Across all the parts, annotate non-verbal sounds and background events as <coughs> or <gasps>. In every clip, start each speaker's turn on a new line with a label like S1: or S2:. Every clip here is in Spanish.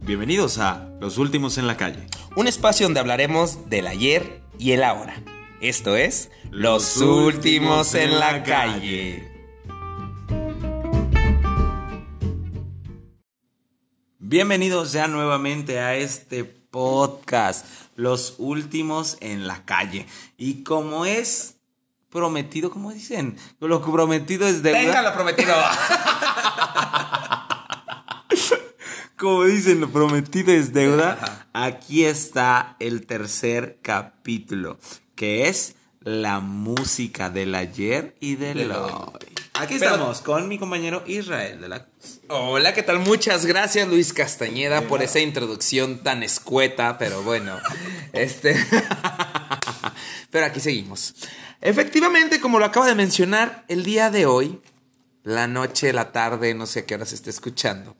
S1: Bienvenidos a Los Últimos en la Calle.
S2: Un espacio donde hablaremos del ayer y el ahora. Esto es Los, Últimos en la Calle.
S1: Bienvenidos ya nuevamente a este podcast, Los Últimos en la Calle. Y como es prometido, como dicen, lo prometido es deuda.
S2: Venga lo prometido. <laughs>
S1: Como dicen, lo prometido es <laughs> deuda. Aquí está el tercer capítulo, que es la música del ayer y del
S2: Del hoy.
S1: hoy. Aquí
S2: Pero-
S1: estamos con mi compañero Israel de la Cruz.
S2: Hola, ¿qué tal? Muchas gracias Luis Castañeda por esa introducción tan escueta, pero bueno, este... pero aquí seguimos. Efectivamente, como lo acabo de mencionar, el día de hoy, la noche, la tarde, no sé a qué hora se está escuchando,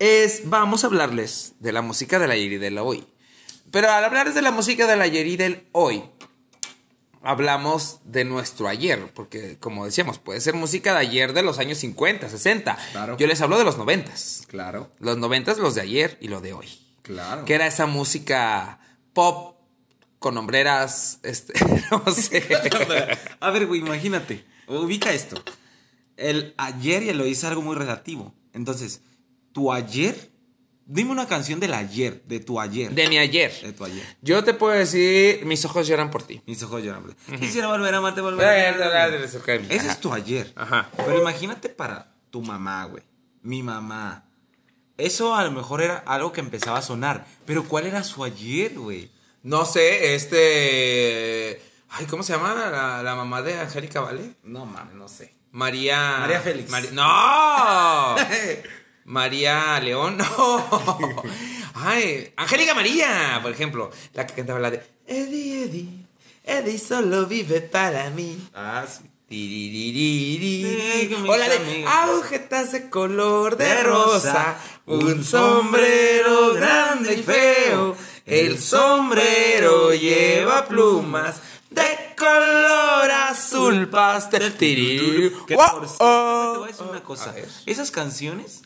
S2: es, vamos a hablarles de la música del ayer y del hoy. Pero al hablarles de la música del ayer y del hoy, hablamos de nuestro ayer, porque como decíamos, puede ser música de ayer de los años 50, 60.
S1: Claro.
S2: Yo les hablo de los 90.
S1: Claro,
S2: Los 90, los de ayer y lo de hoy.
S1: claro.
S2: Que era esa música pop con hombreras, este, <laughs> no sé.
S1: A ver, güey, imagínate. Ubica esto. El ayer y el hoy es algo muy relativo. Entonces, tu ayer. Dime una canción del ayer, de tu ayer.
S2: De mi
S1: De
S2: ayer.
S1: tu ayer.
S2: Yo te puedo decir, mis ojos lloran por ti.
S1: Mis ojos lloran. bro. Quisiera volver a amarte, volver a amarte. Ese es
S2: Ajá.
S1: tu ayer.
S2: Ajá.
S1: Pero imagínate para tu mamá, güey. Mi mamá. Eso a lo mejor era algo que empezaba a sonar. Pero ¿cuál era su ayer, güey?
S2: No sé, este... Ay, ¿cómo se llama la, la mamá de Angélica Vale?
S1: No mames, no sé.
S2: María...
S1: María Félix.
S2: Mari- ¡No! María León, no. Ay, Angélica María, por ejemplo, la que cantaba la de Eddie, Eddie, Eddie solo vive para mí.
S1: <laughs> Ah, sí.
S2: Tiriririri.
S1: Déjame
S2: O la
S1: mis
S2: de
S1: amigos.
S2: agujetas de color de
S1: De
S2: rosa,
S1: rosa,
S2: un sombrero grande y feo. El sombrero lleva plumas de color azul pastel. Tiriririru.
S1: Que
S2: Wow,
S1: por cierto, te voy a decir una
S2: oh. A
S1: cosa.
S2: ver.
S1: Esas canciones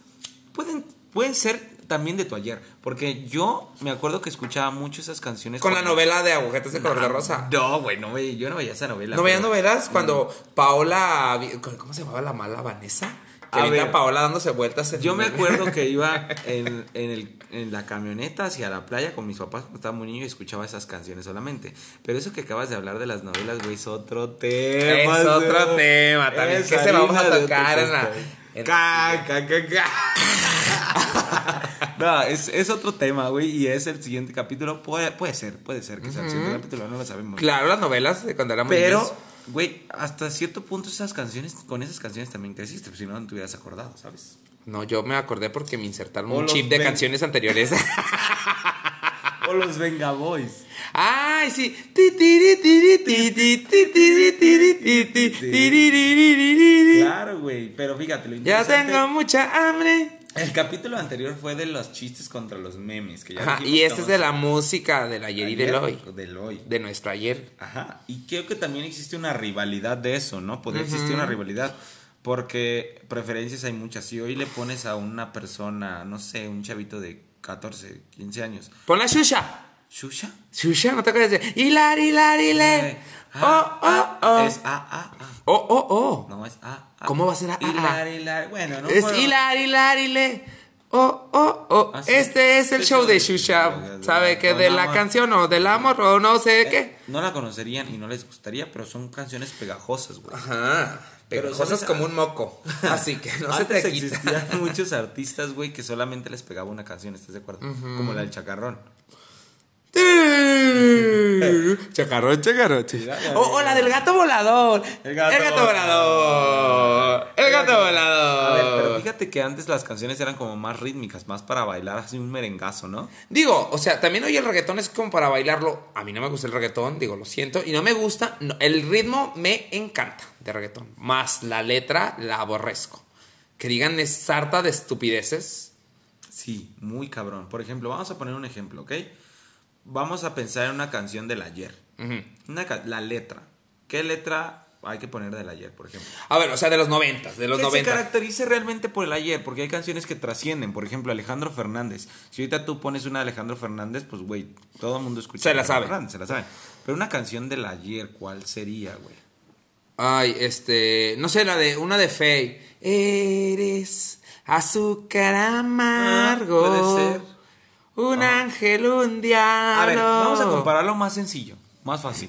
S1: pueden, pueden ser también de tu ayer. Porque yo me acuerdo que escuchaba mucho esas canciones.
S2: Con la
S1: cuando-
S2: novela de agujetas de color de rosa.
S1: No, güey, no ve- yo no veía esa novela.
S2: ¿No veías
S1: pero-
S2: novelas cuando Paola... vi- ¿Cómo se llamaba la mala Vanessa? Que
S1: A
S2: ahorita
S1: ver.
S2: Paola dándose vueltas en
S1: Yo me
S2: <laughs> el-
S1: acuerdo que iba en, en el- en la camioneta hacia la playa con mis papás cuando estaba muy niño y escuchaba esas canciones solamente. Pero eso que acabas de hablar de las novelas, güey, es otro tema.
S2: Es otro
S1: güey.
S2: tema también.
S1: Es
S2: Que se vamos a
S1: harina de
S2: tocar
S1: otro
S2: en la.
S1: costal.
S2: en-
S1: Ca, ca, ca, ca. No, es, es otro tema, güey, y es el siguiente capítulo. Puede, puede ser, puede ser que sea el siguiente capítulo, no lo sabemos.
S2: Claro, las novelas de cuando éramos niños.
S1: Pero, güey, hasta cierto punto esas canciones, con esas canciones también creciste, pues, si no, no te hubieras acordado, ¿sabes?
S2: <laughs> No, yo me acordé porque me insertaron
S1: O
S2: un
S1: los
S2: chip de
S1: ven-
S2: canciones anteriores. <laughs>
S1: O los Venga Boys.
S2: ¡Ay, sí! Ti, tiri, tiri, ti, ti, ti, tiri, tiri, ti, ti, tiri, tiri, tiri, tiri.
S1: Claro, güey. Pero fíjate, lo
S2: Ya
S1: interesante.
S2: tengo mucha hambre.
S1: El capítulo anterior fue de los chistes contra los memes. Que ya
S2: Ajá,
S1: dijimos
S2: y
S1: que
S2: este es
S1: vamos
S2: de
S1: a-
S2: la música del ayer y del
S1: ayer,
S2: hoy.
S1: Del hoy.
S2: De nuestro ayer.
S1: Ajá. Y creo que también existe una rivalidad de eso, ¿no? Podría existir una rivalidad. Porque preferencias hay muchas. Si hoy le pones a una persona, no sé, un chavito de 14, 15 años,
S2: Pon la shusha.
S1: ¿Shusha?
S2: Shusha, no te acuerdas de. Hilar, hilar, hilar. Oh, oh,
S1: Eh, Ah,
S2: oh.
S1: Es A, A, A.
S2: Oh, oh, oh.
S1: No es A, A.
S2: ¿Cómo va a ser A, A, A?
S1: Hilar, hilar. Bueno, no
S2: es
S1: puedo-
S2: hilar, hilar, hilar. Oh, oh, oh.
S1: Ah, sí.
S2: Este es el
S1: Sí,
S2: show
S1: sí,
S2: de
S1: sí,
S2: Shusha.
S1: sí,
S2: ¿Sabe
S1: sí,
S2: que
S1: sí,
S2: de
S1: sí,
S2: la
S1: sí.
S2: canción o del amor o no sé qué?
S1: No la conocerían y no les gustaría, pero son canciones pegajosas, güey.
S2: Ajá. Pero
S1: Pero
S2: cosas
S1: ¿sabes?
S2: como un <laughs> moco. Así que no se
S1: Antes
S2: te quita.
S1: existían <laughs> muchos artistas, güey, que solamente les pegaba una canción, ¿estás de acuerdo? Como la del chacarrón.
S2: <laughs> Chacarrón, chacarrón.
S1: ya,
S2: O, o la del gato volador. El
S1: El
S2: gato,
S1: gato
S2: volador. El gato
S1: A ver, pero
S2: volador.
S1: fíjate que antes las canciones eran como más rítmicas, más para bailar así un merengazo, ¿no?
S2: Digo, o sea, también hoy el reggaetón es como para bailarlo. A mí no me gusta el reggaetón, digo, lo siento. Y no me gusta. no, el ritmo me encanta de reggaetón. Más la letra la aborrezco. Que digan es sarta de estupideces.
S1: Sí, muy cabrón. Por ejemplo, vamos a poner un ejemplo, ¿ok? Vamos a pensar en una canción del ayer.
S2: Ujú.
S1: Una ca- la letra. ¿Qué letra hay que poner del ayer, por ejemplo.
S2: A ver, o sea, de los noventas, de los
S1: que se
S2: noventas.
S1: caracterice realmente por el ayer, porque hay canciones que trascienden. Por ejemplo, Alejandro Fernández. Si ahorita tú pones una de Alejandro Fernández, pues, güey, todo el mundo escucha.
S2: Se la
S1: a Alejandro
S2: sabe.
S1: Fernández, se la sabe. Pero una canción del ayer, ¿cuál sería, güey?
S2: Ay, este, no sé, la de una de Faye. Eres azúcar amargo.
S1: Ah, puede ser. Ah.
S2: Un ángel, un diablo.
S1: A ver, vamos a compararlo más sencillo, más
S2: <coughs>
S1: fácil.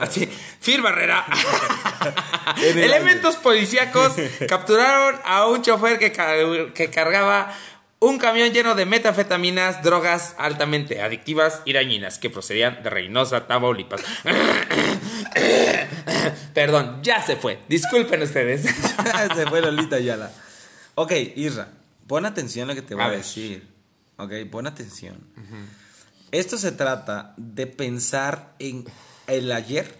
S2: Así, Fir Barrera. Ah,
S1: En el
S2: Elementos <laughs> policíacos capturaron a un chofer que, ca- que cargaba un camión lleno de metafetaminas, drogas altamente adictivas y dañinas que procedían de Reynosa, Tamaulipas. <coughs> Perdón, ya se fue. Disculpen ustedes.
S1: <laughs> se fue Lolita Ayala. Ok, Isra, pon atención a lo que te voy
S2: A
S1: a,
S2: ver.
S1: decir. Ok, pon atención. Esto se trata de pensar en el ayer,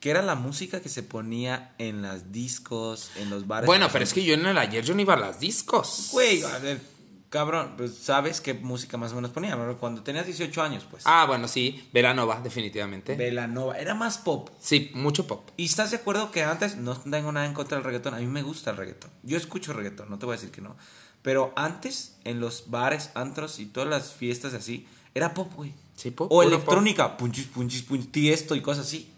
S1: que era la música que se ponía en las discos, en los bares.
S2: <laughs> Bueno,
S1: en
S2: pero es que yo en el ayer yo no iba a las discos.
S1: los- Güey, a ver, cabrón, pues sabes qué música más o menos ponía, ¿no? Cuando tenías 18 años, pues.
S2: Ah, bueno, sí, Velanova, definitivamente.
S1: Velanova, era más pop.
S2: sí, mucho pop.
S1: ¿Y estás de acuerdo que antes no tengo nada en contra del reggaetón? A mí me gusta el reggaetón. Yo escucho reggaetón, no te voy a decir que no. Pero antes, en los bares, antros y todas las fiestas así, era pop, güey.
S2: Sí, pop,
S1: O
S2: puro
S1: electrónica, punchis, punchis, punchis, tiesto y cosas así.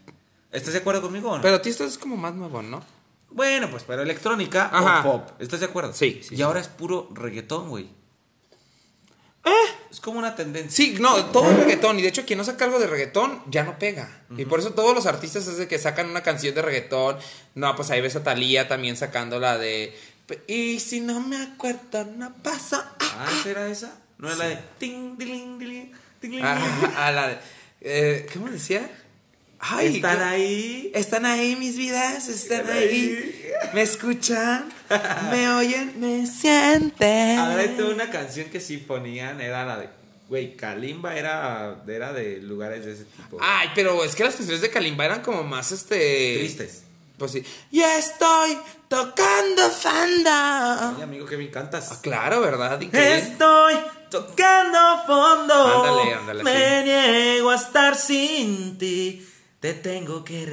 S1: ¿Estás de acuerdo conmigo o no?
S2: Pero esto es como más nuevo, ¿no?
S1: bueno, pues, pero electrónica
S2: Ajá.
S1: o pop. ¿Estás de acuerdo?
S2: Sí, sí,
S1: Y
S2: sí. ¿Eh?
S1: ahora es puro reggaetón, güey. Es como una tendencia.
S2: Sí, no, todo es reggaetón. Y de hecho, quien no saca algo de reggaetón ya no pega. Y por eso todos los artistas es de que sacan una canción de reggaetón. No, pues ahí ves a Thalía también sacando la de. Y si no me acuerdo, no pasa.
S1: Ah, ¿esa ¿era esa? No era la de... ting, diling, diling, diling, diling.
S2: A, a Ah, la de. eh, ¿Cómo decía? Ay,
S1: Están
S2: ¿qué-
S1: ahí.
S2: Están ahí mis vidas, están
S1: Están
S2: ahí.
S1: <laughs>
S2: Me escuchan, me oyen, me sienten.
S1: Ahora hay toda una canción que sí ponían, era la de. Güey, Kalimba era, era de lugares de ese tipo.
S2: Ay, pero es que las canciones de Kalimba eran como más este.
S1: Tristes.
S2: Pues sí. Ya estoy tocando fanda.
S1: Oye, amigo, que me encantas.
S2: Ah, claro, ¿verdad? Increíble.
S1: Estoy tocando fondo.
S2: Ándale, ándale,
S1: Me niego a estar sin ti. Te tengo que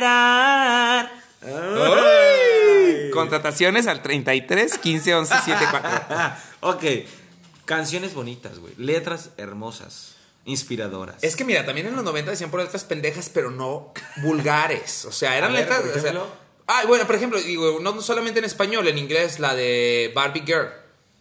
S1: recuperar.
S2: Ay.
S1: Ay.
S2: Contrataciones al 33 15 11 74.
S1: <laughs> ok. Canciones bonitas, güey. Letras hermosas. Inspiradoras.
S2: <laughs> Es que mira, también en los 90 decían por letras pendejas, pero no vulgares. O sea, eran
S1: A ver,
S2: letras.
S1: por
S2: o sea-
S1: ejemplo.
S2: ah, bueno, por ejemplo, digo, no solamente en español, en inglés, la de Barbie Girl.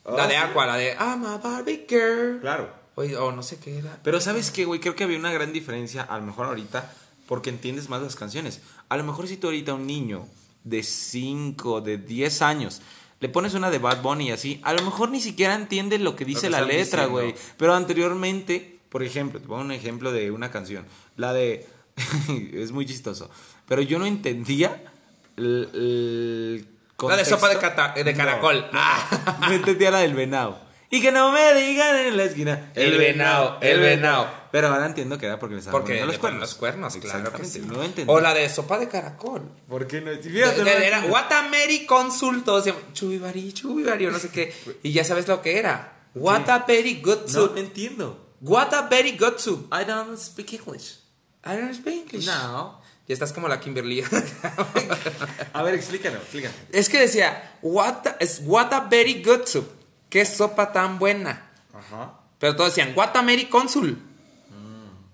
S2: la
S1: Oh,
S2: de
S1: sí.
S2: Aqua, la de I'm a Barbie Girl.
S1: Claro.
S2: Oye, o no sé qué era.
S1: Pero sabes qué, güey, creo que había una gran diferencia, a lo mejor ahorita, porque entiendes más las canciones. A lo mejor si tú ahorita a un niño de 5, de 10 años, le pones una de Bad Bunny y así, a lo mejor ni siquiera entiende lo que dice
S2: que
S1: la
S2: están
S1: letra,
S2: diciendo.
S1: güey. Pero anteriormente, por ejemplo, te pongo un ejemplo de una canción, la de... <laughs> es muy chistoso, pero yo no entendía el... el
S2: La de sopa de,
S1: contexto.
S2: cata- de
S1: No.
S2: caracol. Ah. <laughs>
S1: <laughs> No entendía la del venado. Y que no me digan en la esquina.
S2: El venado, el venado.
S1: Pero ahora entiendo que era porque les estaban
S2: Porque
S1: poniendo
S2: le ponen los cuernos, claro que
S1: Exactamente,
S2: sí.
S1: No entendí.
S2: o la de sopa de caracol.
S1: ¿Por qué no? Y
S2: De-
S1: fíjate,
S2: de-
S1: no
S2: era
S1: entendí.
S2: What Mary Consulto. Chubibari, chubibari, o no sé qué. Y ya sabes lo que era. What a very good
S1: No, eh.
S2: soup.
S1: no entiendo.
S2: What a very good soup.
S1: I don't speak English.
S2: I don't speak English.
S1: No.
S2: Ya estás como la Kimberly. <laughs>
S1: A ver, explícanos, explícanos.
S2: es que decía, what a, es what a very good soup. Qué sopa tan buena.
S1: Ajá.
S2: Pero todos decían, What a Mary Consul.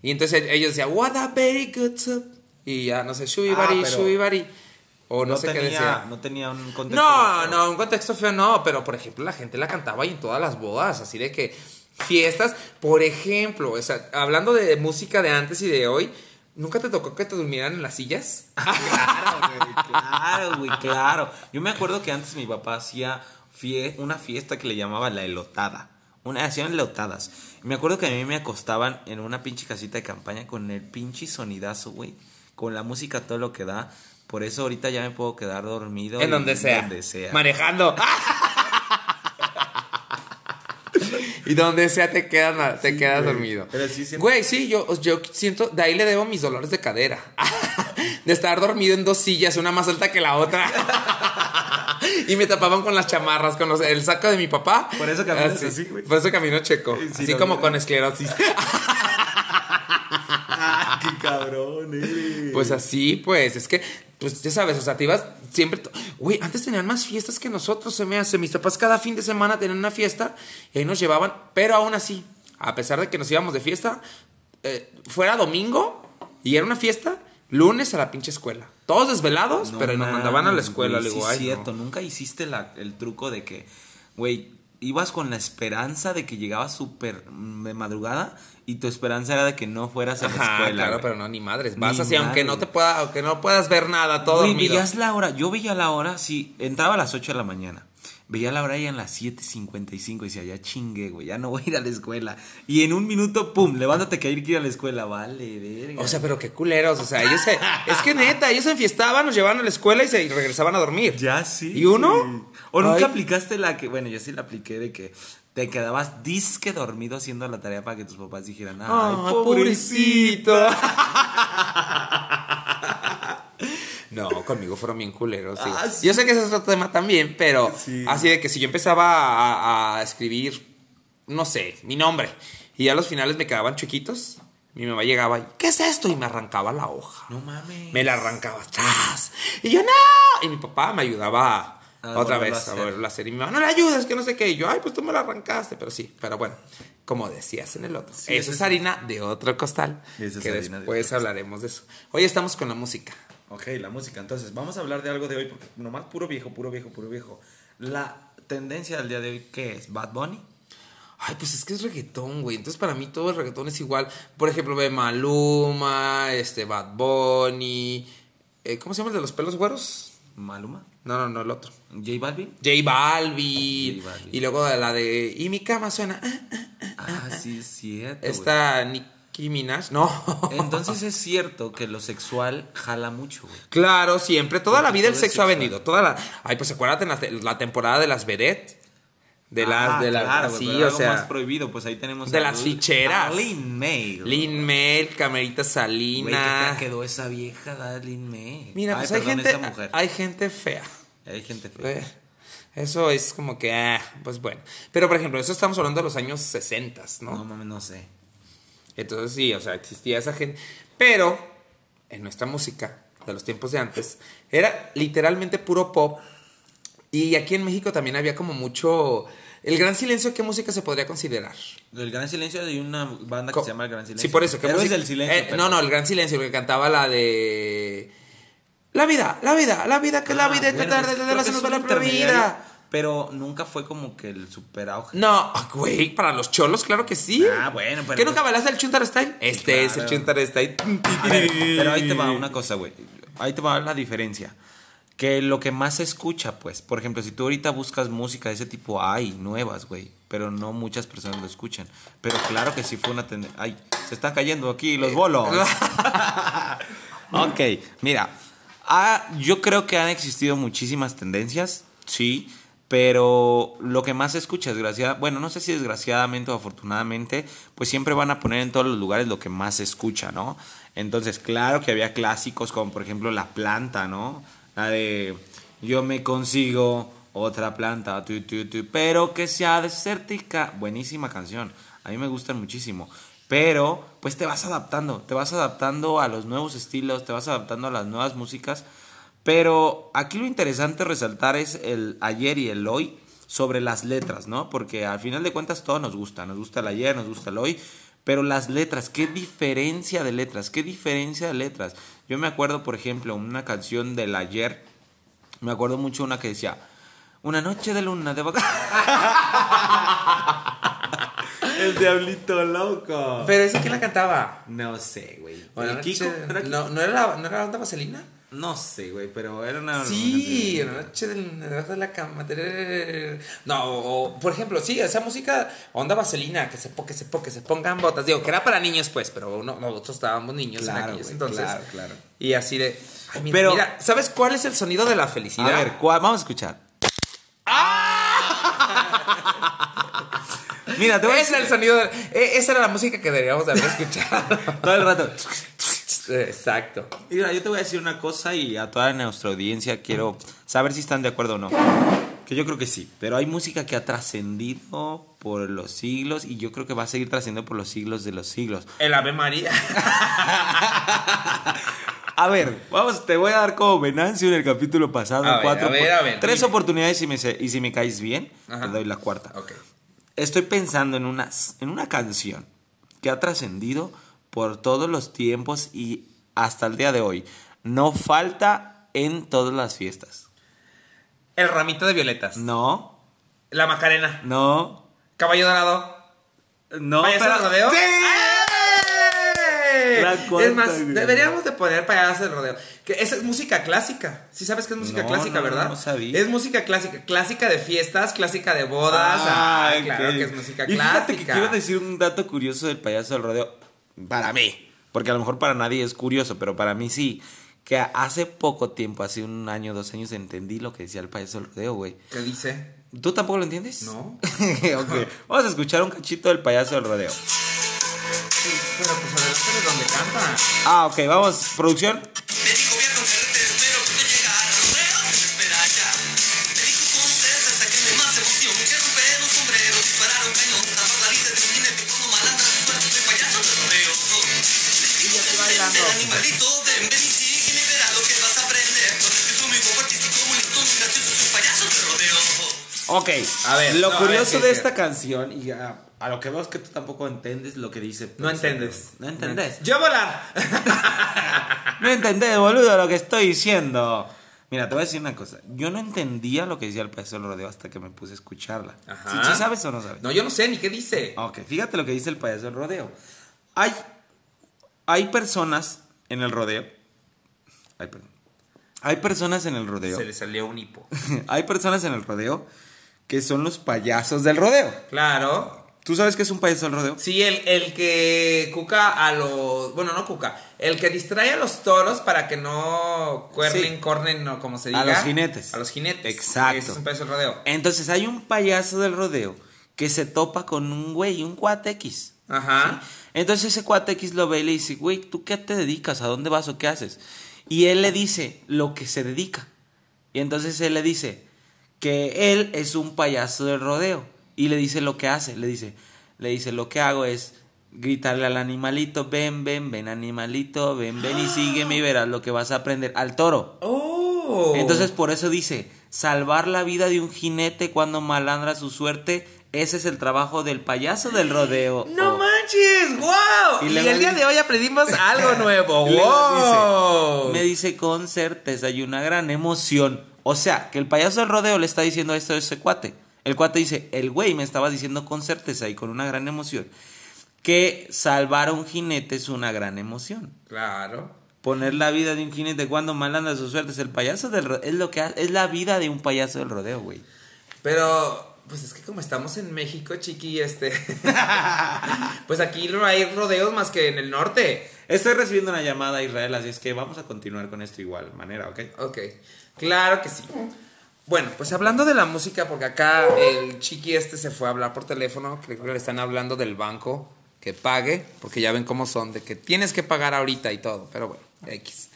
S2: Y entonces ellos decían, What a very good soup. Y ya, no sé,
S1: Ah,
S2: Shubibari,
S1: pero-
S2: Shubibari. O no,
S1: No,
S2: sé qué
S1: tenía,
S2: decía.
S1: no tenía un contexto.
S2: No,
S1: feo.
S2: no, un contexto feo no, pero por ejemplo la gente la cantaba y en todas las bodas, así de que fiestas, por ejemplo, o sea, hablando de música de antes y de hoy, ¿nunca te tocó que te durmieran en las sillas?
S1: Claro, güey, claro, güey, claro. Yo me acuerdo que antes mi papá hacía fie- una fiesta que le llamaba la elotada. Una, hacían elotadas. Y me acuerdo que a mí me acostaban en una pinche casita de campaña con el pinche sonidazo, güey. Con la música todo lo que da. Por eso ahorita ya me puedo quedar dormido.
S2: En
S1: y-
S2: donde sea.
S1: Donde sea. <laughs>
S2: Manejando. y donde sea te quedas, te quedas
S1: güey.
S2: dormido.
S1: Pero sí siento-
S2: Güey, sí, yo, yo siento, de ahí le debo mis dolores
S1: <laughs>
S2: de cadera. de estar dormido en dos sillas, una más alta que
S1: <laughs>
S2: la otra. y me tapaban con las chamarras, con los- el saco de mi papá.
S1: Por eso caminas así, güey.
S2: Por eso camino checo.
S1: Sí, sí,
S2: así
S1: lo
S2: como
S1: vi.
S2: con esclerosis.
S1: ¡Qué cabrón eres!
S2: Pues así, pues, es que, pues ya sabes, o sea, te ibas siempre. to- Güey, antes tenían más fiestas que nosotros, se me hace. Mis papás cada fin de semana tenían una fiesta y ahí nos llevaban, pero aún así, a pesar de que nos íbamos de fiesta, eh, fuera domingo y era una fiesta, lunes a la pinche escuela. Todos desvelados,
S1: No
S2: Pues, pero nos
S1: mames,
S2: mandaban a la escuela.
S1: güey,
S2: le digo,
S1: sí
S2: "Ay,
S1: es
S2: no".
S1: cierto, nunca hiciste la- el truco de que, güey, ibas con la esperanza de que llegabas súper mm, de madrugada y tu esperanza era de que no fueras a la
S2: Ajá,
S1: escuela.
S2: claro,
S1: güey.
S2: pero no, ni madres. Vas
S1: Ni
S2: así, aunque no te
S1: madres.
S2: pueda, aunque no puedas ver nada, todo
S1: Güey,
S2: dormido.
S1: veías la hora, yo veía la hora, sí, entraba a las 8 de la mañana. Veía la hora ya en las 7.55 y decía, ya chingue, güey, ya no voy a ir a la escuela. Y en un minuto, pum, levántate que hay que ir a la escuela, vale, verga.
S2: O sea, pero qué culeros, o sea, ellos se, es que neta, ellos se enfiestaban, nos llevaban a la escuela y se y regresaban a dormir.
S1: Ya sí.
S2: ¿Y uno?
S1: güey. O nunca
S2: Ay.
S1: aplicaste la que. Bueno, yo sí la apliqué de que te quedabas disque dormido haciendo la tarea para que tus papás dijeran, ay,
S2: Ay,
S1: pobrecito.
S2: pobrecito. <laughs> No, conmigo fueron bien culeros. digo.
S1: Ah, sí.
S2: Yo sé que ese es otro tema también, pero
S1: Sí.
S2: así de que si yo empezaba a, a escribir, no sé, mi nombre, y a los finales me quedaban chiquitos, mi mamá llegaba y, ¿qué es esto? Y me arrancaba la hoja.
S1: No mames.
S2: Me la arrancaba atrás. Y yo, ¡no! Y mi papá me ayudaba
S1: A
S2: otra
S1: volverlo
S2: vez
S1: a
S2: a
S1: hacer.
S2: volverlo a hacer. Y mi mamá, no le ayudas, que no sé qué. Y yo, ¡ay, pues tú me la arrancaste! Pero sí, pero bueno, como decías en el otro.
S1: Sí,
S2: eso
S1: eso
S2: es
S1: sí.
S2: harina de otro costal.
S1: Eso es
S2: que
S1: harina de otro
S2: después hablaremos de eso. Hoy estamos con la música.
S1: Ok, la música. Entonces, vamos a hablar de algo de hoy, porque nomás puro viejo, puro viejo, puro viejo. La tendencia del día de hoy, ¿qué es? ¿Bad Bunny?
S2: Ay, pues es que es reggaetón, güey. Entonces para mí todo el reggaetón es igual. Por ejemplo, ve Maluma, este, Bad Bunny. eh, ¿Cómo se llama el de los pelos güeros?
S1: ¿Maluma?
S2: No, no, no, el otro.
S1: ¿J Balvin?
S2: J Balvin.
S1: J Balvin.
S2: Y luego la de. Y mi cama suena. ah, ah".
S1: Ah,
S2: <laughs>
S1: sí, es cierto. güey.
S2: Está Nicki Minaj. No.
S1: Entonces es cierto que lo sexual jala mucho, güey.
S2: <laughs> Claro, siempre. Toda la vida el
S1: Todo es
S2: sexo ha
S1: sexual.
S2: venido. Toda la. Ay, pues acuérdate en la, te- la temporada de las vedettes. De las.
S1: Ah,
S2: de las.
S1: claro, güey,
S2: sí,
S1: pero
S2: o
S1: algo más
S2: sea.
S1: prohibido, pues ahí tenemos
S2: de
S1: a
S2: las
S1: Lin-
S2: ficheras.
S1: a Lin May. güey.
S2: Lin Mel,
S1: Güey,
S2: Camerita
S1: qué fea
S2: Salinas.
S1: quedó esa vieja, da Lin May.
S2: Mira,
S1: Ay,
S2: pues hay
S1: perdón,
S2: gente.
S1: esa mujer. Hay,
S2: Hay gente fea.
S1: gente fea.
S2: Eh, Eso es como que. ah, pues bueno. Pero por ejemplo, eso estamos hablando de los años 60, ¿no?
S1: No mames, no sé.
S2: Entonces sí, o sea, existía esa gente. Pero en nuestra música de los tiempos de antes era literalmente puro pop. Y aquí en México también había como mucho... El gran silencio, ¿qué música se podría considerar?
S1: El Gran Silencio de una banda que
S2: Co-
S1: se llama El Gran Silencio.
S2: Sí, por eso. ¿qué
S1: Héroes
S2: música?
S1: del Silencio. Ah,
S2: Eh,
S1: pero-
S2: no, no, el gran silencio, el que cantaba la de... La vida, la vida, la vida, que la
S1: Ah,
S2: vida es
S1: bueno,
S2: tarde,
S1: es que
S2: de
S1: creo
S2: la se
S1: que
S2: nos
S1: es
S2: va
S1: un
S2: la
S1: intermediario,
S2: vida.
S1: Pero nunca fue como que el super auge.
S2: No, güey, para los cholos, claro que sí.
S1: Ah, bueno, pero-
S2: ¿Qué nunca bailaste el Chuntar Style? Este es el
S1: claro.
S2: Chuntar Style.
S1: A ver, pero ahí te va una cosa, güey. Ahí te va la diferencia. Que lo que más se escucha, pues, por ejemplo, si tú ahorita buscas música de ese tipo, hay nuevas, güey, pero no muchas personas lo escuchan. Pero claro que sí fue una tendencia. Ay, se están cayendo aquí los
S2: <laughs>
S1: bolos.
S2: Ah,
S1: ok, mira, ah, yo creo que han existido muchísimas tendencias, sí, pero lo que más se escucha, desgraciada, bueno, no sé si desgraciadamente o afortunadamente, pues siempre van a poner en todos los lugares lo que más se escucha, ¿no? Entonces, claro que había clásicos como por ejemplo La Planta, ¿no? La de Yo me consigo otra planta, tu, tu, tu, pero que sea desértica. Buenísima canción, a mí me gustan muchísimo. Pero, pues te vas adaptando, te vas adaptando a los nuevos estilos, te vas adaptando a las nuevas músicas. Pero aquí lo interesante resaltar es el ayer y el hoy sobre las letras, ¿no? Porque al final de cuentas todo nos gusta, nos gusta el ayer, nos gusta el hoy, pero las letras, qué diferencia de letras, qué diferencia de letras. Yo me acuerdo, por ejemplo, una canción del ayer, me acuerdo mucho una que decía, una noche de luna de vaca. <laughs> el diablito loco.
S2: Pero esa quién la cantaba.
S1: No sé, güey.
S2: Buenas
S1: ¿El Kiko?
S2: noches.
S1: ¿Era Kiko?
S2: No, ¿no, era la, ¿No era la banda vaselina?
S1: No sé, güey, pero era una...
S2: sí, en la noche del- debajo de la cama. tererere. No, o, o, por ejemplo, sí, esa música, onda vaselina, que se, po- que se, po- que se pongan botas. Digo, que era para niños, pues, pero uno- nosotros estábamos niños en
S1: Claro,
S2: aquellos
S1: güey,
S2: entonces.
S1: claro, claro.
S2: Y así de. ay, mira,
S1: Pero-
S2: mira, ¿sabes cuál es el sonido de la felicidad?
S1: A ver, ¿cuál? vamos a escuchar. ¡Ah! <laughs> Mira, <laughs> te voy a decir
S2: Ese era el sonido. de- e- esa era la música que deberíamos de haber escuchado.
S1: <laughs> todo el rato.
S2: Exacto.
S1: Mira, yo te voy a decir una cosa y a toda nuestra audiencia quiero saber si están de acuerdo o no. Que yo creo que sí, pero hay música que ha trascendido por los siglos y yo creo que va a seguir trascendiendo por los siglos de los siglos.
S2: El Ave María.
S1: A ver, vamos, te voy a dar como venancio en el capítulo pasado.
S2: A ver,
S1: cuatro
S2: a ver,
S1: opor-
S2: a ver,
S1: Tres
S2: dime.
S1: oportunidades y, me se- y si me caes bien,
S2: Ajá.
S1: te doy la cuarta.
S2: Ok.
S1: Estoy pensando en una, en una canción que ha trascendido por todos los tiempos y hasta el día de hoy. No falta en todas las fiestas.
S2: El ramito de violetas.
S1: No,
S2: La Macarena.
S1: no,
S2: Caballo dorado.
S1: no.
S2: ¿Payaso
S1: pero-
S2: del rodeo?
S1: ¡Sí!
S2: Ah, ¡Ay!
S1: La cuarta,
S2: es más,
S1: güey.
S2: deberíamos de poner payaso del rodeo. Que esa es música clásica. Sí sabes que es música
S1: No,
S2: clásica,
S1: no,
S2: ¿verdad?
S1: no sabía.
S2: Es música clásica. Clásica de fiestas, clásica de bodas.
S1: Ah,
S2: Ay, claro
S1: ok.
S2: que es música
S1: Y fíjate que
S2: clásica.
S1: quiero decir un dato curioso del payaso del rodeo. Para mí. Porque a lo mejor para nadie es curioso, pero para mí sí. Que hace poco tiempo, hace un año, dos años, entendí lo que decía el payaso del rodeo, güey.
S2: ¿Qué dice?
S1: ¿Tú tampoco lo entiendes?
S2: No.
S1: <laughs> Ok, Vamos a escuchar un cachito del payaso del rodeo.
S2: Sí, pero pues adelante de donde canta.
S1: Ah, ok, vamos, producción.
S3: Me dijo voy a contarte, espero que no llegara Rodeo, espera ya Me dijo con certeza que me más emoción Que romper un sombrero, disparar un cañón Tapar la vida de un jinete con una malandra Suerte de payaso de rodeo Y
S2: ya estoy bailando.
S3: animalito, ven, ven y sigue y verás lo que vas a aprender Porque soy su amigo artístico, muy listo, muy gracioso Soy payaso de rodeo
S1: Ok,
S2: A ver,
S1: Lo
S2: no, a
S1: curioso de
S2: ver, sí,
S1: esta canción, y a, a lo que veo es que tú tampoco entiendes lo que dice.
S2: No entiendes.
S1: No entendés.
S2: Yo volar.
S1: No entendés, boludo, lo que estoy diciendo. Mira, te voy a decir una cosa. Yo no entendía lo que decía el payaso del rodeo hasta que me puse a escucharla.
S2: Ajá.
S1: ¿Sí, sí sabes o no sabes?
S2: No, yo no sé ni qué dice.
S1: Ok, fíjate lo que dice el payaso del rodeo. Hay, hay personas en el rodeo. Ay, perdón. Hay personas en el rodeo.
S2: Se le salió un hipo.
S1: <laughs> hay personas en el rodeo que son los payasos del rodeo.
S2: Claro.
S1: ¿Tú sabes qué es un payaso del rodeo?
S2: Sí, el, el que cuca a los. Bueno, no cuca. El que distrae a los toros para que no cuernen,
S1: Sí.
S2: cornen o como se diga.
S1: A los jinetes.
S2: A los jinetes.
S1: Exacto.
S2: Ese es un payaso del rodeo.
S1: Entonces hay un payaso del rodeo que se topa con un güey, un cuate X.
S2: Ajá.
S1: Entonces ese cuate X lo ve y le dice, güey, ¿tú qué te dedicas? ¿A dónde vas o qué haces? Y él le dice lo que se dedica. Y entonces él le dice que él es un payaso del rodeo. Y le dice lo que hace. Le dice, le dice lo que hago es gritarle al animalito, ven, ven, ven animalito, ven, ven y sígueme y verás lo que vas a aprender al toro.
S2: Oh.
S1: Entonces por eso dice, salvar la vida de un jinete cuando malandra su suerte, ese es el trabajo del payaso del rodeo.
S2: ¡No
S1: Oh.
S2: manches! ¡Wow!
S1: Y
S2: Y,
S1: luego
S2: el día
S1: dice-
S2: de
S1: <laughs>
S2: hoy aprendimos algo nuevo.
S1: Y luego dice,
S2: ¡Wow!
S1: me dice con certeza y una gran emoción. O sea, que el payaso del rodeo le está diciendo esto a ese cuate. El cuate dice, el güey me estaba diciendo con certeza y con una gran emoción que salvar a un jinete es una gran emoción.
S2: Claro.
S1: Poner la vida de un jinete cuando malandra su suerte es el payaso del rodeo. Es, lo que ha- es la vida de un payaso del rodeo, güey.
S2: Pero, pues es que como estamos en México, chiqui, este. <laughs> pues aquí no hay rodeos más que en el norte.
S1: Estoy recibiendo una llamada a Israel, así es que vamos a continuar con esto igual manera, ¿ok?
S2: Ok, claro que sí. Bueno, pues hablando de la música, porque acá el chiqui este se fue a hablar por teléfono, creo que le están hablando del banco que pague, porque ya ven cómo son, de que tienes que pagar ahorita y todo, pero bueno, X.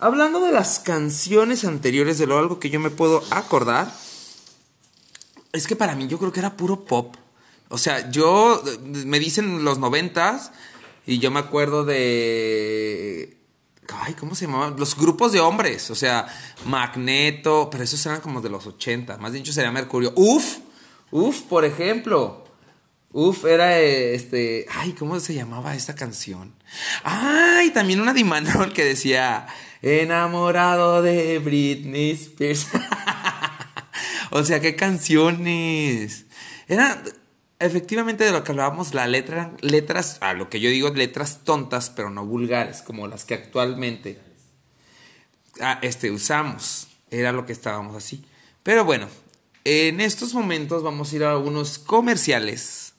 S2: Hablando de las canciones anteriores, de lo algo que yo me puedo acordar, es que para mí yo creo que era puro pop. O sea, yo eh, me dicen los noventas y yo me acuerdo de. Ay, ¿cómo se llamaban? Los grupos de hombres. O sea, Magneto. Pero esos eran como de los 80. Más dicho, sería Mercurio. Uf. Uf, por ejemplo. Uf, era eh, este. Ay, ¿cómo se llamaba esta canción? Ay, también una de Imanol que decía. Enamorado de Britney Spears. o sea, qué canciones. Era. Efectivamente, de lo que hablábamos, la letra eran letras, a lo que yo digo, letras tontas, pero no vulgares, como las que actualmente ah, este, usamos. Era lo que estábamos así. Pero bueno, en estos momentos vamos a ir a algunos comerciales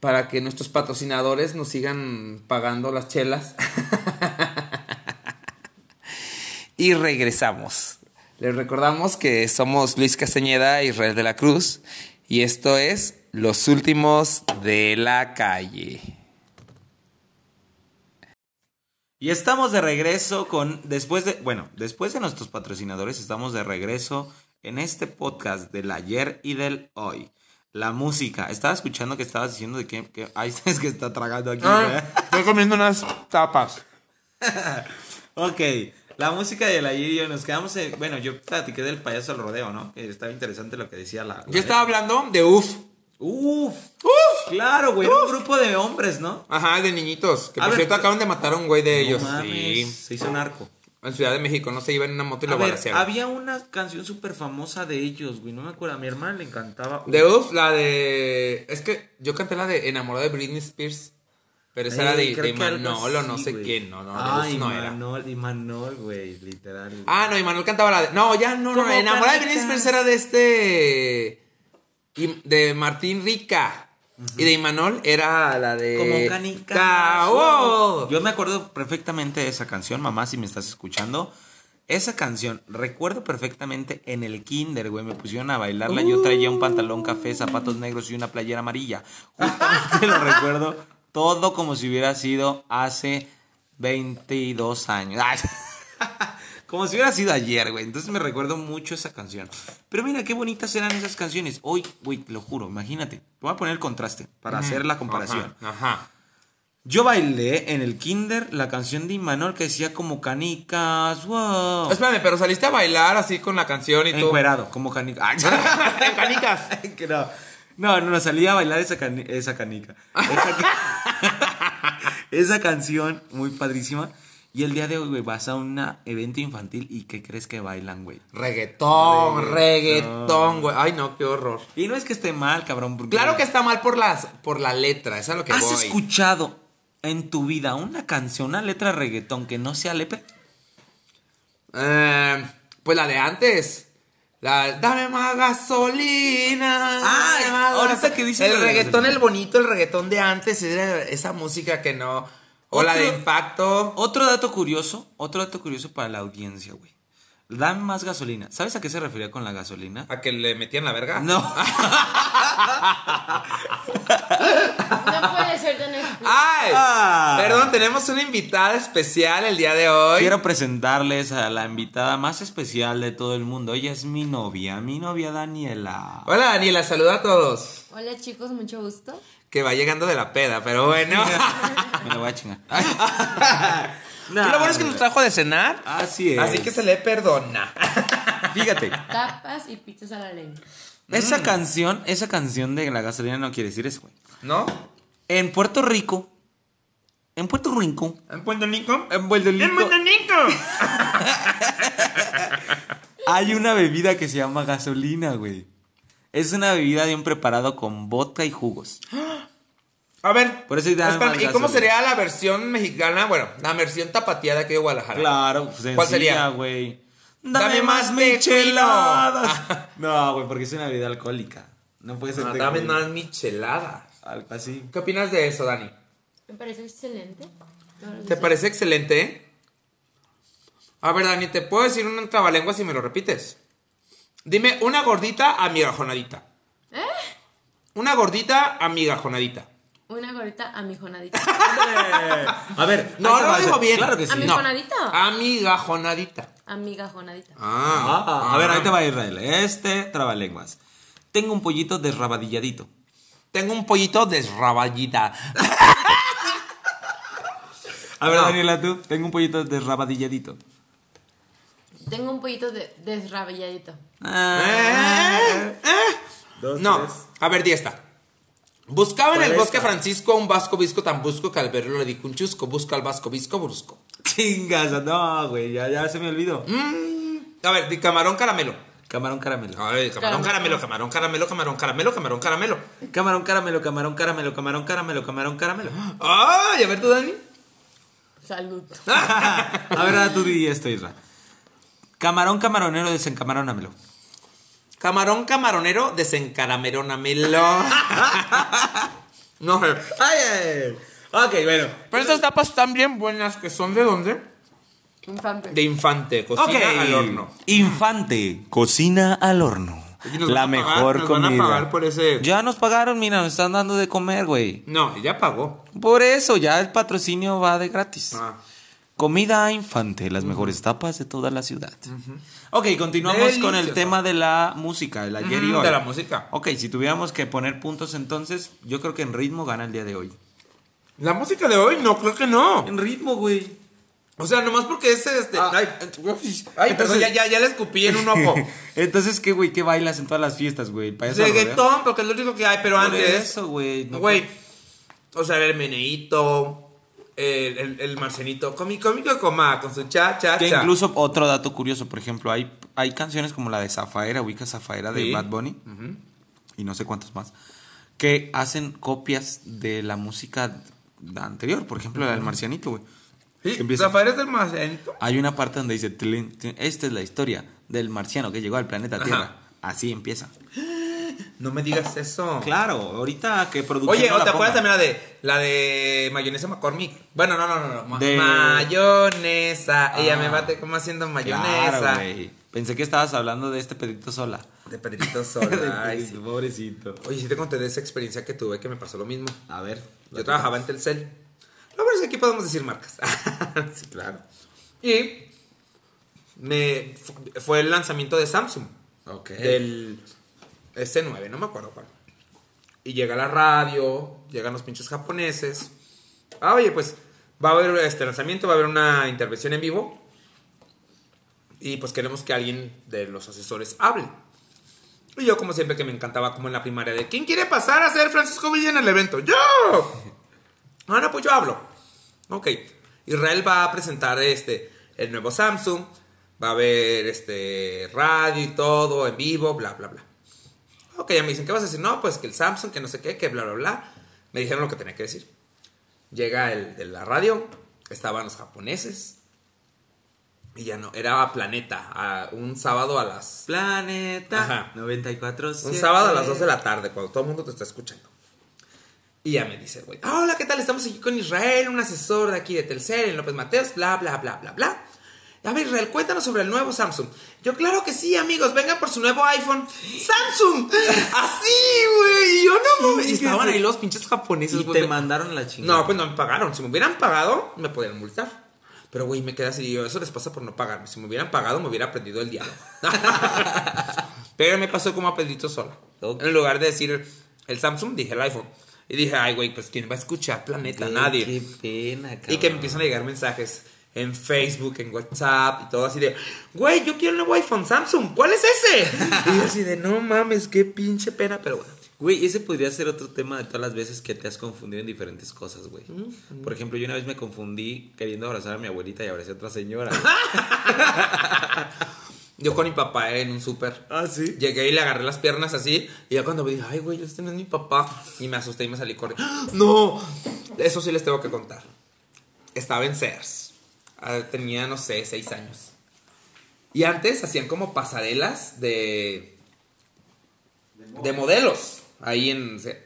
S2: para que nuestros patrocinadores nos sigan pagando las chelas. y regresamos. Les recordamos que somos Luis Castañeda, Israel de la Cruz, y esto es Los Últimos de la Calle.
S1: Y estamos de regreso con, después de, bueno, después de nuestros patrocinadores, estamos de regreso en este podcast del ayer y del hoy. La música. Estaba escuchando que estabas diciendo de que, <laughs>
S2: Ah.
S1: Ah, que ay, es que está tragando aquí. ¿verdad?
S2: estoy comiendo unas tapas.
S1: Ok, la música de la Yirio, nos quedamos en- Bueno, yo platiqué del payaso al rodeo, ¿no? Que estaba interesante lo que decía la... la-
S2: Yo estaba hablando de UF.
S1: Uf,
S2: ¡Uf!
S1: claro, güey, era un grupo de hombres, ¿no?
S2: Ajá, de niñitos. Que
S1: A
S2: por
S1: ver,
S2: cierto
S1: pero-
S2: acaban de matar a un güey de ellos.
S1: no mames,
S2: Sí.
S1: se hizo narco.
S2: En Ciudad de México, no se iba en una moto y
S1: A
S2: lo
S1: ver,
S2: balancearon.
S1: había una canción súper famosa de ellos, güey, no me acuerdo, a mi hermana le encantaba.
S2: De Uf, la de. Es que yo canté la de Enamorado de Britney Spears. Pero esa
S1: Eh,
S2: era de,
S1: creo
S2: de
S1: que algo
S2: Manolo, no
S1: así,
S2: sé
S1: güey.
S2: quién. No, no, de
S1: Ah,
S2: Uf no era.
S1: Imanol, Imanol, güey, literal.
S2: Ah, no, y Manuel cantaba la de. No, ya no, no.
S1: Como
S2: Enamorada de Britney
S1: canicas.
S2: Spears era de este. y- De Martín Rica. Y de Imanol era la de.
S1: Como canica.
S2: Cao.
S1: Yo me acuerdo perfectamente de esa canción, mamá, si me estás escuchando. Esa canción, recuerdo perfectamente en el kinder, güey, me pusieron a bailarla. Yo traía un pantalón café, zapatos negros y una playera amarilla. Justamente lo recuerdo todo como si hubiera sido hace 22 años. Ay, <laughs> como si hubiera sido ayer, güey. Entonces me recuerdo mucho esa canción. Pero mira, qué bonitas eran esas canciones. Hoy, güey, te lo juro, imagínate. Voy a poner el contraste para hacer la comparación.
S2: Ajá. ajá.
S1: Yo bailé en el kinder la canción de Imanol que decía como canicas, wow.
S2: Espérame, pero saliste a bailar así con la canción y todo.
S1: Encuerado, como canicas.
S2: <laughs> En canicas.
S1: <laughs> que no. No, no, no, salí a bailar esa, cani- esa canica. Esa, ca- <laughs> esa canción muy padrísima. Y el día de hoy, güey, vas a un evento infantil y ¿qué crees que bailan, güey?
S2: Reggaetón,
S1: Reggaetón.
S2: reggaetón, güey. Ay, no, qué horror.
S1: Y no es que esté mal, cabrón. porque-
S2: Claro que está mal por las por la letra, esa es a lo que
S1: ¿Has
S2: voy.
S1: escuchado en tu vida una canción, una letra de reggaetón que no sea lepe?
S2: Eh, pues la de antes. La dame más gasolina.
S1: Ay,
S2: dame más
S1: ahorita
S2: gaso-
S1: que dices
S2: el
S1: lo de
S2: reggaetón
S1: gasolina.
S2: el bonito, el reggaetón de antes era esa música que no o la de
S1: Otro-
S2: impacto.
S1: Otro dato curioso, otro dato curioso para la audiencia, güey. Dan más gasolina. ¿Sabes a qué se refería con la gasolina?
S2: A que le metían la verga. <laughs>
S1: No.
S4: No puede ser tan explícito.
S2: Ay,
S1: Ah.
S2: perdón, tenemos una invitada especial el día de hoy.
S1: Quiero presentarles a la invitada más especial de todo el mundo. Ella es mi novia, mi novia Daniela.
S2: Hola, Daniela, saluda a todos.
S4: Hola chicos, mucho gusto.
S2: Que va llegando de la peda,
S1: <laughs>
S2: pero bueno.
S1: Me la voy a
S2: <laughs>
S1: chingar.
S2: Pero lo bueno es que nos trajo de cenar.
S1: Así es.
S2: Así que se le perdona.
S1: fíjate.
S4: Tapas y pizzas a la leña.
S1: <laughs>
S2: mm.
S1: Esa canción, esa canción de la gasolina no quiere decir eso, güey.
S2: ¿No?
S1: En Puerto Rico, en Puerto Rico,
S2: ¿En Puerto Rico?
S1: en Puerto
S2: ¡En Puerto Rico!
S1: Hay una bebida que se llama gasolina, güey. Es una bebida de un preparado con vodka y jugos.
S2: A ver.
S1: Por eso hay dama
S2: espérame, ¿Y
S1: gasolina.
S2: cómo sería la versión mexicana? Bueno, la versión tapateada aquí de Guadalajara.
S1: Claro, sencilla,
S2: ¿Cuál sería?
S1: güey.
S2: Dame más
S1: micheladas. <laughs> No, güey, porque es una bebida alcohólica. No puede ser.
S2: Ah,
S1: de-
S2: dame más michelada.
S1: Algo así.
S2: ¿Qué opinas de eso, Dani?
S4: Me parece excelente.
S2: ¿Te parece excelente? eh? A ver, Dani, ¿te puedo decir un trabalengua si me lo repites? Dime una gordita amigajonadita. Una gordita amigajonadita.
S4: Una gorita amijonadita.
S1: A ver,
S2: No,
S1: ahí te
S2: no
S1: va a
S2: digo
S1: hacer.
S2: bien.
S1: Claro que sí.
S4: Ami- ¿Amigajonadita?
S2: Amigajonadita.
S4: Amigajonadita.
S2: Ah,
S1: Ah, a ver, ahí te va Israel. Este trabalenguas. Tengo un pollito desrabadilladito.
S2: Tengo un pollito desraballita.
S1: A ver,
S2: No.
S1: Daniela, tú. Tengo un pollito desrabadilladito.
S4: Tengo un pollito de desrabilladito.
S1: Eh, Ah. Dos,
S2: No,
S1: tres.
S2: a ver, di esta. Buscaba en
S1: ¿Cuál
S2: el
S1: es
S2: bosque
S1: esta?
S2: Francisco un vasco visco tan busco que al verlo le dijo un chusco. Busca al vasco visco brusco.
S1: Chingas, no, güey, ya, ya se me olvidó.
S2: A ver, di camarón caramelo.
S1: Camarón caramelo.
S2: Ay, camarón caramelo, camarón
S4: Caramelo.
S2: caramelo, camarón caramelo, camarón caramelo.
S1: Camarón caramelo, camarón caramelo, camarón caramelo, camarón caramelo.
S2: Ay, a ver tú, Dani. <laughs>
S4: Salud.
S1: Ah, A ver, ahora tú di esto, Isra. Camarón camaronero, desencamarónamelo.
S2: Camarón camaronero, desencarameronamelo. <laughs> no, eh.
S1: Ay, ay. Ok, bueno.
S2: pero estas tapas están bien buenas que son de dónde?
S4: Un pamper.
S2: De infante, cocina al horno.
S1: Infante, cocina al horno.
S2: Oye, nos
S1: La
S2: van a pagar,
S1: mejor
S2: nos van a
S1: comida.
S2: pagar por ese-
S1: Ya nos pagaron, mira, nos están dando de comer, güey.
S2: No, ya pagó.
S1: Por eso, ya el patrocinio va de gratis.
S2: Ah.
S1: Comida infante, las mejores tapas de toda la ciudad. Ok, continuamos con el
S2: Delicioso.
S1: tema de la música, el ayer y
S2: Ujú,
S1: hoy.
S2: de la música.
S1: Ok, si tuviéramos que poner puntos entonces, yo creo que en ritmo gana el día de hoy.
S2: La música de hoy no, creo que no.
S1: En ritmo, güey.
S2: O sea, nomás porque es este.
S1: Ah.
S2: ay, ay, perdón, ya, ya, ya le escupí en
S1: <laughs>
S2: un ojo.
S1: Entonces, ¿qué, güey? ¿Qué bailas en todas las fiestas, güey? ¿El payaso del rodeo?
S2: Reggaetón, porque es lo único que hay, pero
S1: Por
S2: antes.
S1: eso, güey. no-
S2: Güey, o sea, el meneíto, el, el, el marcenito, comi, cómico coma, con su cha, cha,
S1: Que
S2: cha.
S1: incluso otro dato curioso, por ejemplo, hay, hay canciones como la de Zafaera, ubicas Zafaera de
S2: Sí.
S1: Bad Bunny y no sé cuántas más, que hacen copias de la música anterior, por ejemplo, la del Marcianito, güey.
S2: Sí,
S1: que empieza-
S2: Rafael es el marcenito.
S1: Hay una parte donde dice, "Tilín, tilín, esta es la historia del marciano que llegó al planeta Tierra. Así empieza.
S2: No me digas eso.
S1: Claro, ahorita que producción
S2: Oye,
S1: no
S2: ¿o
S1: la
S2: te acuerdas
S1: ponga.
S2: también la de la de mayonesa McCormick? Bueno, no, no, no, no. ma-
S1: De-
S2: Mayonesa. Ella
S1: Ah.
S2: me bate como haciendo mayonesa.
S1: Claro, güey. Pensé que estabas hablando de este pedrito sola.
S2: de Pedrito
S1: <laughs>
S2: Sola. ay, sí.
S1: Pobrecito.
S2: Oye, sí te conté de esa experiencia que tuve que me pasó lo mismo.
S1: A ver.
S2: Yo trabajaba en Telcel. Lo bueno es que aquí podemos decir marcas. <laughs> sí, claro. Y me fu- fue el lanzamiento de Samsung.
S1: Ok.
S2: Del S9, no me acuerdo cuál. Y llega la radio, llegan los pinches japoneses. Ah, oye, pues va a haber este lanzamiento, va a haber una intervención en vivo. Y pues queremos que alguien de los asesores hable. Y yo, como siempre, que me encantaba, como en la primaria, de ¿quién quiere pasar a ser Francisco Villa en el evento? ¡Yo! Ah, no, pues yo hablo. Ok. Israel va a presentar este, el nuevo Samsung. Va a haber este, radio y todo en vivo, bla, bla, bla. Ok, ya me dicen, ¿qué vas a decir? No, pues que el Samsung, que no sé qué, que bla, bla, bla. Me dijeron lo que tenía que decir. Llega el de la radio, estaban los japoneses. Y ya no, era a Planeta, a un sábado a las
S1: Planeta
S2: Ajá.
S1: 94.
S2: un sábado a las 2 de la tarde, cuando todo el mundo te está escuchando. Y ya me dice, el güey, "Ah, hola, ¿qué tal? Estamos aquí con Israel, un asesor de aquí de Telcel, en López Mateos, bla, bla, bla, bla, bla. A ver, Israel, cuéntanos sobre el nuevo Samsung. Yo, claro que sí, amigos, vengan por su nuevo iPhone. ¡Samsung! <laughs> ¡Así, güey! Y Yo no mames. Y Estaban ahí los pinches japoneses,
S1: Y
S2: güey.
S1: te mandaron la chingada.
S2: No, pues no me pagaron. Si me hubieran pagado, me podían multar. Pero, güey, me quedé así. Yo, eso les pasa por no pagarme. Si me hubieran pagado, me hubiera aprendido el diálogo. <laughs> Pero me pasó como a Pedrito sola.
S1: Ok.
S2: En lugar de decir el Samsung, dije el iPhone. Y dije, ay, güey, pues ¿quién va a escuchar? Planeta, nadie.
S1: Qué pena, cabrón.
S2: Y que me empiezan a llegar mensajes en Facebook, en WhatsApp y todo así de, güey, yo quiero el nuevo iPhone Samsung, ¿cuál es ese? <laughs> y yo así de, no mames, qué pinche pena, pero bueno.
S1: Güey, ese podría ser otro tema de todas las veces que te has confundido en diferentes cosas, güey. Por ejemplo, yo una vez me confundí queriendo abrazar a mi abuelita y abracé a otra señora.
S2: Yo con mi papá en un súper.
S1: <laughs> ah, sí.
S2: Llegué y le agarré las piernas así. Y ya cuando me dije, ay, güey, este no es mi papá. Y me asusté y me salí corriendo. <gasps> ¡Ah! ¡No! Eso sí les tengo que contar. Estaba en Sears. Ah, Tenía, no sé, seis años. Y antes hacían como pasarelas de. de modelos. Ahí en. Sears.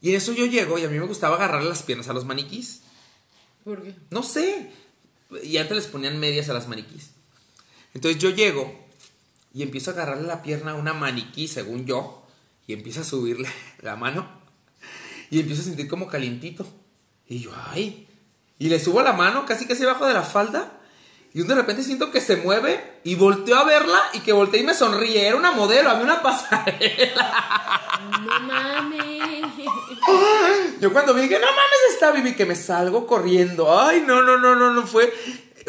S2: Y en eso yo llego y a mí me gustaba agarrar las piernas a los maniquís.
S4: ¿Por qué?
S2: No sé. Y antes les ponían medias a las maniquís. Entonces yo llego y empiezo a agarrarle la pierna a una maniquí, según yo, y empiezo a subirle <laughs> la mano y empiezo a sentir como calientito. Y yo, ay. Y le subo la mano casi casi abajo de la falda y de repente siento que se mueve y volteo a verla y que volteé y me sonríe. Era una modelo, había una pasarela.
S4: No mames.
S2: Yo cuando vi que no mames está Vivi, que me salgo corriendo. Ay, no, no, no, no, no fue.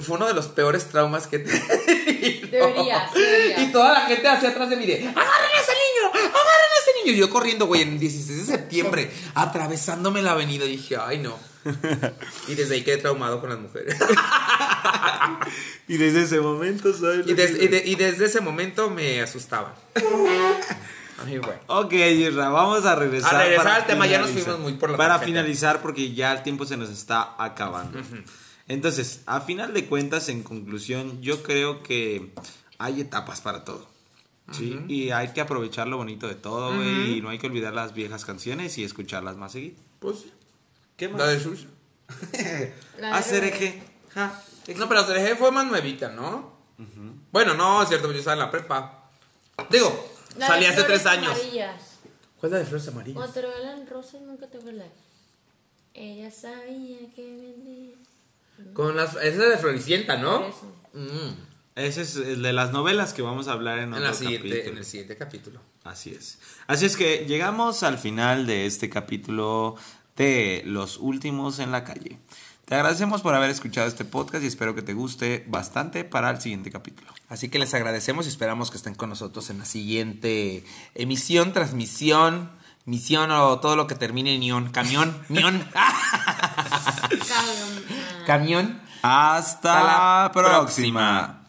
S2: Fue uno de los peores traumas que <laughs> te.
S4: Deberías, deberías.
S2: Y toda la gente hacia atrás de mí de ¡Agarren a ese niño! ¡Agarren a ese niño! Y Yo corriendo, güey, en 16 de septiembre, atravesándome la avenida. Y dije, ay no. Y desde ahí quedé traumado con las mujeres.
S1: Y desde ese momento, ¿sabes?
S2: Y, des- y de- y desde ese momento me asustaban. Ay, güey.
S1: Ok, Isra, vamos a regresar.
S2: A regresar
S1: para
S2: al tema, ya nos
S1: finalizar.
S2: fuimos muy por la
S1: Para
S2: tangente.
S1: finalizar, porque ya el tiempo se nos está acabando. Entonces, a final de cuentas, en conclusión, yo creo que hay etapas para todo. Sí, y hay que aprovechar lo bonito de todo, güey. Y no hay que olvidar las viejas canciones y escucharlas más seguido.
S2: Pues,
S1: ¿Qué
S2: la de Xuxa.
S4: La de-
S1: Hacer eje. Ja.
S2: No, pero Cereje fue más nuevita, ¿no? Bueno, no, es cierto, yo estaba en la prepa. Digo,
S4: La de
S2: salí hace
S4: flores
S2: tres años.
S4: amarillas.
S2: ¿Cuál es la de Flores Amarillas?
S4: Cuando eran rosas nunca te acuerdas. Ella sabía que vendría.
S2: Con las, esa es de Floricienta, ¿no?
S4: Por eso.
S2: Mm,
S1: Ese es el de las novelas que vamos a hablar en,
S2: en,
S1: otro
S2: la siguiente,
S1: capítulo.
S2: en el siguiente capítulo.
S1: Así es. Así es que llegamos al final de este capítulo de Los Últimos en la Calle. Te agradecemos por haber escuchado este podcast y espero que te guste bastante para el siguiente capítulo.
S2: Así que les agradecemos y esperamos que estén con nosotros en la siguiente emisión, transmisión, misión o todo lo que termine en ión. Camión, mión, <laughs> ¡ah!
S4: Cabrón.
S2: camión.
S1: Hasta,
S2: Hasta
S1: la
S2: la
S1: próxima.
S2: próxima.